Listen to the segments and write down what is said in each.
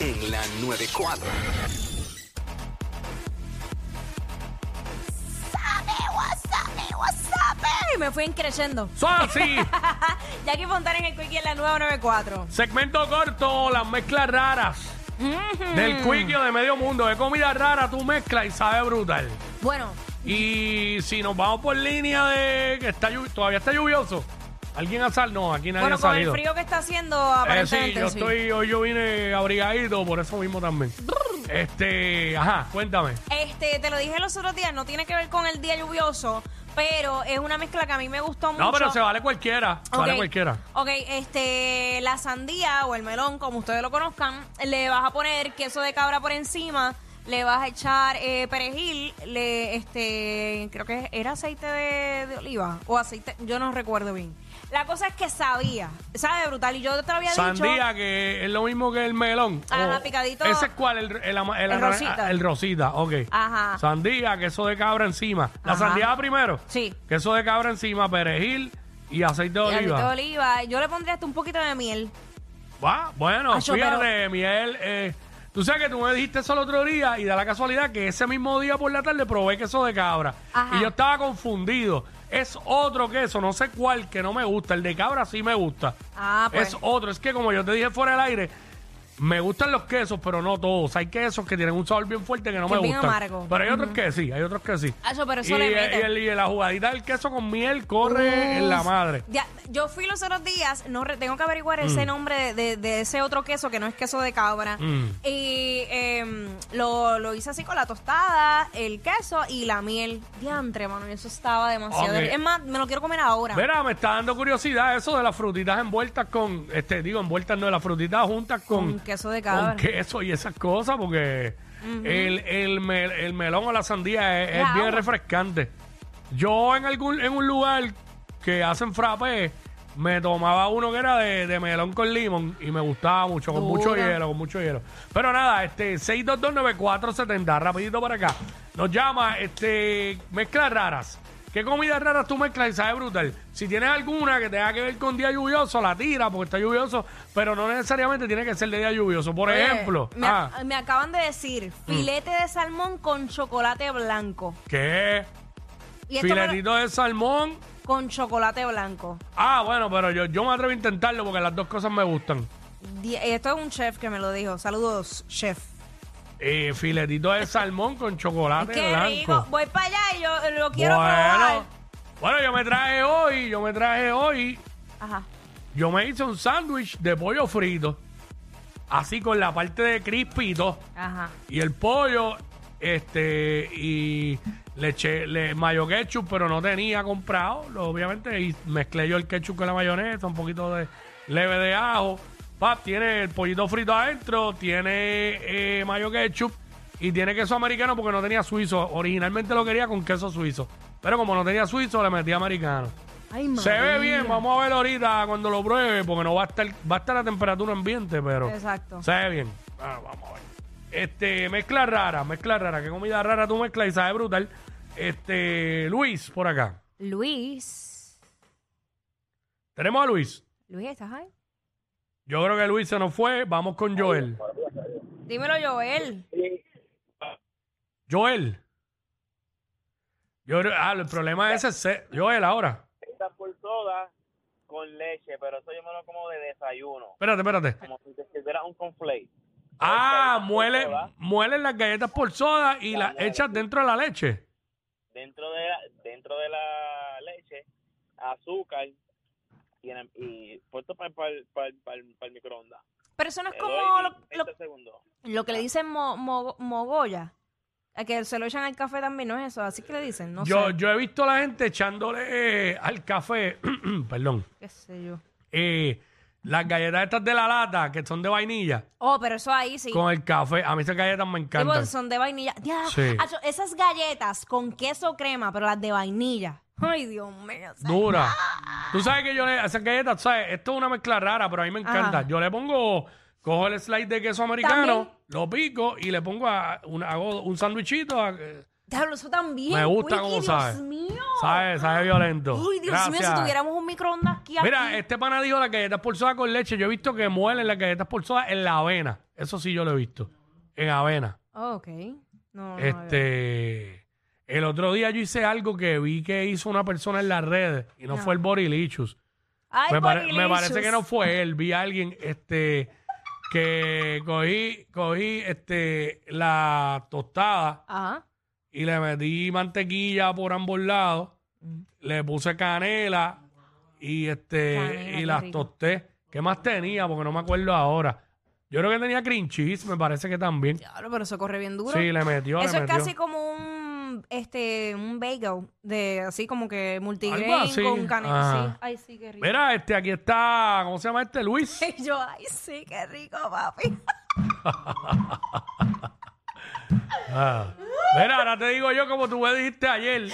en la 94. Y me fui creciendo. Suazi, Jackie Fontana en el Quickie en la 994. segmento corto, las mezclas raras del cuiquio de medio mundo. De comida rara tú mezclas y sabe brutal. Bueno, Y si nos vamos por línea de que está llu- todavía está lluvioso, ¿alguien ha salido? No, aquí nadie bueno ha con el salido. frío que está haciendo, Eh, sí, aparentemente. yo sí. estoy, hoy yo vine abrigadito, por eso mismo también. Este, ajá, cuéntame. Este, te lo dije los otros días, no tiene que ver con el día lluvioso, pero es una mezcla que a mí me gustó mucho. No, pero se vale cualquiera, se vale Ok. cualquiera. Ok, este, la sandía o el melón, como ustedes lo conozcan, le vas a poner queso de cabra por encima, le vas a echar eh, perejil, le, este, creo que era aceite de, de oliva o aceite, yo no recuerdo bien. La cosa es que sabía, sabe brutal y yo te lo había dicho. Sandía, que es lo mismo que el melón. Ajá, O- picadito. ¿Ese es cuál? El, el ama- El el ara- rosita. El rosita, ok. Ajá. Sandía, queso de cabra encima. La Ajá. sandía va primero. Sí. Queso de cabra encima, perejil y aceite de y aceite oliva. de oliva, yo le pondría hasta un poquito de miel. Va, bueno, Acho, fíjate, pero- Miguel. eh, tú sabes que tú me dijiste eso el otro día y da la casualidad que ese mismo día por la tarde probé queso de cabra. Ajá. Y yo estaba confundido. Es otro queso, no sé cuál, que no me gusta. El de cabra sí me gusta. Ah, pues. Es otro. Es que como yo te dije fuera del aire, me gustan los quesos, pero no todos. Hay quesos que tienen un sabor bien fuerte que no Que me es bien gustan. amargo. Pero hay otros que sí, hay otros que sí. Acho, pero eso y, le eh, mete. y el- y la jugadita del queso con miel corre en la madre. Ya, yo fui los otros días, no re- tengo que averiguar ese nombre de, de- de ese otro queso que no es queso de cabra. Mm. Y em, lo, lo hice así con la tostada, el queso y la miel. Diantre, mano, y eso estaba demasiado. Ok. Es más, me lo quiero comer ahora. Verá, me está dando curiosidad eso de las frutitas envueltas con, este, digo, envueltas no, de las frutitas juntas con, Con queso de cabra. con queso y esas cosas, porque el, el mel- el melón o la sandía es, es La bien agua. refrescante. Yo en algún, en un lugar que hacen frappé, me tomaba uno que era de, de melón con limón y me gustaba mucho, con mucho Dura. hielo, con mucho hielo. Pero nada, este, 6229470, rapidito para acá. Nos llama, este, mezclas raras. ¿Qué comidas raras tú mezclas y sabe brutal? Si tienes alguna que tenga que ver con día lluvioso, la tira porque está lluvioso, pero no necesariamente tiene que ser de día lluvioso. Por Oye, ejemplo, Me, ah, Mm. me acaban de decir filete de salmón con chocolate blanco. ¿qué? Y esto me lo- Filetito de salmón. con chocolate blanco. Ah, bueno, pero yo, yo me atrevo a intentarlo porque las dos cosas me gustan. Di- Esto es un chef que me lo dijo. Saludos, chef. Eh, filetito de salmón con chocolate Qué Ah, blanco. rico. Voy para allá y yo lo quiero bueno, probar. bueno, yo me traje hoy, yo me traje hoy, Ajá. yo me hice un sándwich de pollo frito, así con la parte de crispito Ajá. y el pollo, este, y le eché le, mayo ketchup, pero no tenía comprado, lo- obviamente, y mezclé yo el ketchup con la mayonesa, un poquito de leve de ajo. Pap, tiene el pollito frito adentro, tiene eh, mayo ketchup y tiene queso americano porque no tenía suizo. Originalmente lo quería con queso suizo, pero como no tenía suizo, le metí americano. Ay, Se ve María. bien, vamos a ver ahorita cuando lo pruebe, porque no va a estar, va a estar la temperatura ambiente, pero Exacto. sabe bien. Ah, vamos a ver. Este, mezcla rara, mezcla rara, qué comida rara tú mezclas y sabe brutal. Este, Luis, por acá. Luis. Tenemos a Luis. Luis, ¿estás ahí? Yo creo que Luis se nos fue. Vamos con Joel. Dímelo, Joel. Joel. Yo creo- ah, el problema es ese. Joel, ahora. Está por soda con leche, pero eso yo me lo como de desayuno, Espérate, espérate. como si te sirviera un conflate. Ah, Galletas por muele, soda, muele las galletas por soda y las echas dentro de la leche. Dentro de la, dentro de la leche, azúcar y, en- y puesto para el, microondas. Pero eso no es Le como doy lo, lo- 20 segundos. lo que le dicen mo- mo- mogoya. A que se lo echan al café también, ¿no es eso? Así que le dicen, no yo, sé. yo he visto a la gente echándole eh, al café, perdón, Qué sé yo. eh, Las galletas estas de la lata, que son de vainilla, Oh, pero eso ahí sí. con el café. A mí esas galletas me Tipo, encantan. son de vainilla. Ya, Sí. acho, esas galletas con queso crema, pero las de vainilla. Ay, Dios mío. o sea, Dura. Tú sabes que yo le. Esas galletas, tú ¿sabes? Esto es una mezcla rara, pero a mí me encanta. Ajá. Yo le pongo. Cojo el slice de queso americano, También. lo pico y le pongo a, una- hago un sándwichito. a- eh, Diablo, eso también. Me gusta Quickie, cómo Dios sabe. mío. Sabe, sabe violento. Uy, Dios mío, si Gracias. tuviéramos un microondas aquí. Mira, aquí. este pana dijo las galletas por soda con leche. Yo he visto que muelen las galletas por soda en la avena. Eso sí yo lo he visto. En avena. Oh, ok. No, no, no. Este. El otro día yo hice algo que vi que hizo una persona en las redes y no, fue el Borilichus. Ay, Me, pare- me Borilicious. parece que no fue él. Vi a alguien este, que cogí, cogí este, la tostada Ajá. y le metí mantequilla por ambos lados. Mm. Le puse canela y este Canela, y qué las rico. tosté. ¿Qué más tenía? Porque no me acuerdo ahora. Yo creo que tenía cream cheese, me parece que también. Diablo, pero eso corre bien duro. Sí, le metió, eso le es metió. casi como un este un bagel de así como que Algo multigrain así. con canela. Ajá. Sí. Ay, sí, qué rico. Mira, este, aquí está, ¿cómo se llama este? Luis. Y yo, ay, sí, qué rico, papi. Ah. Mira, ahora te digo yo, como tú me dijiste ayer,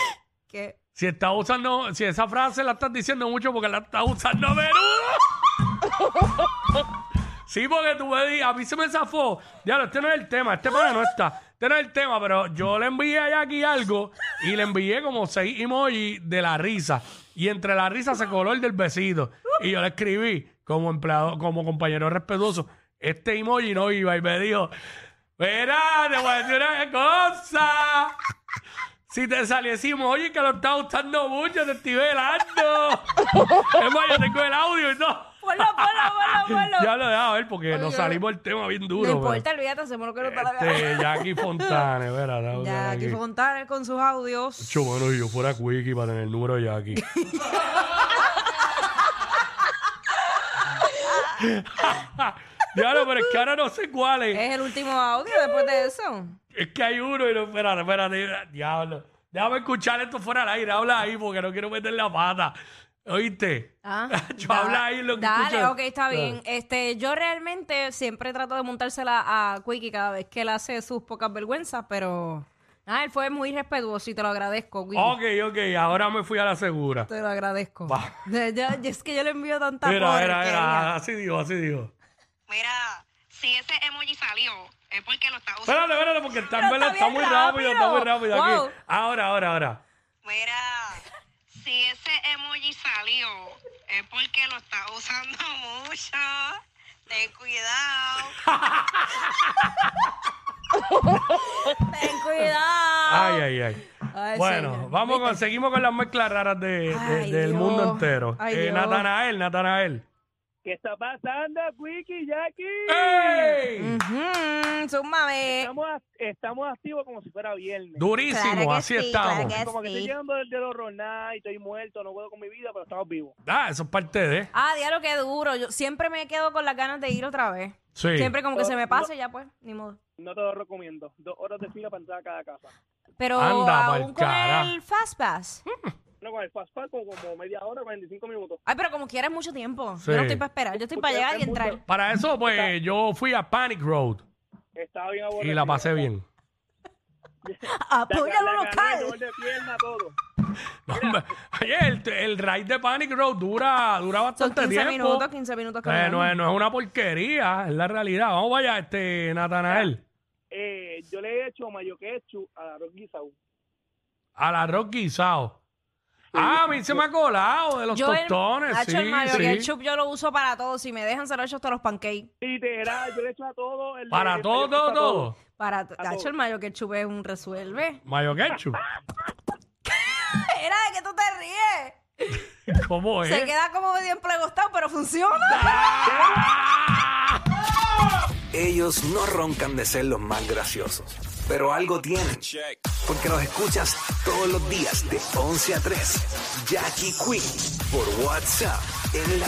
que si estás usando, si esa frase la estás diciendo mucho porque la estás usando a menudo. Sí, porque tú me dijiste, a mí se me zafó. Diablo, este no es el tema, este pana no está. Este no es el tema, pero yo le envié a aquí algo y le envié como seis emojis de la risa. Y entre la risa se coló el del besito. Y yo le escribí como empleado, como compañero respetuoso. Este emoji no iba y me dijo, mira, te voy a decir una cosa. Si te saliésemos, oye, que lo está gustando mucho, te estoy velando. es más, yo tengo el audio y todo. Ponlo, ponlo, ponlo, ponlo. Ya lo dejaba ver porque Oye, nos salimos del tema bien No duro. importa, olvídate, hacemos lo que nos da la pero, gana. este, Jackie Fontane, espera, déjame ver Ya, aquí aquí. Fontana con sus audios. Chu, mano, si yo fuera Quickie para tener el número de Jackie. ya no, pero es que ahora no sé cuál es. Es el último audio después de eso. Es que hay uno y no, espérate, espérate, diablo. Déjame escuchar esto fuera al aire, habla ahí porque no quiero meter la pata. ¿Oíste? Ah, Yo da- habla ahí lo que Dale, escucha. ok, está bien. Este, yo realmente siempre trato de montársela a Quickie cada vez que él hace sus pocas vergüenzas, pero ah, él fue muy respetuoso y te lo agradezco, Quickie. Ok, ok, ahora me fui a la segura. Te lo agradezco. Va. De- ya- ya- es que yo le envío tanta Era, era, porquería. era, así digo, así digo. Mira, si ese emoji salió, es porque lo está Espérate, usando. espérate, porque está, en Pero verdad, está está muy bien rápido, está muy rápido. rápido Wow. aquí. Ahora, ahora, ahora. Mira, si ese emoji salió, es porque lo está usando mucho. Ten cuidado. Ten cuidado. Ay, ay, ay. Ah. Ay, bueno, señor. vamos con, seguimos con las mezclas raras de- de- Ay, del Dios. mundo entero. Ay, eh, Dios. Natanael, Natanael. ¿Qué está pasando, Quickie, Jackie? Eh. ¡Ey! Mm. Ujú, súmame. Estamos, act- estamos activos como si fuera viernes. Durísimo, Claro que así sí, claro estamos. que como que estoy sí. llegando del dedo y estoy muerto, no puedo con mi vida, pero estamos vivos. Ah, eso es parte de. Ah, diablo, qué duro. Yo siempre me quedo con las ganas de ir otra vez. Sí. Siempre como que se me pasa y ya pues, ni modo. No te lo recomiendo. Dos horas de fila para entrar a cada casa. Pero Anda, pa'l aún con cara. el Fast Pass. No, con el fast pass como, como media hora, 45 minutos. Ay, pero como quieras mucho tiempo. Sí. Yo no estoy para esperar, yo estoy para llegar y entrar. Para eso, pues yo fui a Panic Road Estaba bien aburrido. y la pasé bien. Apoya lo Dolor local. de pierna, todo. Oye, el, el ride de Panic Road dura, dura Son bastante 15 tiempo. minutos, 15 minutos Eh, caminando. no, es, no es una porquería, es la realidad. Vamos allá, este, Natanael. Eh, yo le he hecho mayo ketchup a la Rocky Saúl. Al arroz guisado. Ah, a mí se me ha colado de los Yo el- tostones. Nacho, sí, el mayo sí. ketchup yo lo uso para todo. Si me dejan, se lo echo hasta los pancakes. Literal, yo le he hecho a todo. El de- Para mayo todo, ketchup todo, a todo. Para to- A Nacho, todo. el mayo ketchup es un resuelve. Mayo ketchup. Era de que tú te ríes. ¿Cómo Pues es? Se queda como medio emplegostado, pero funciona. Ellos no roncan de ser los más graciosos, pero algo tienen. Porque los escuchas todos los días de 11 a 3. Jackie Quinn por WhatsApp en la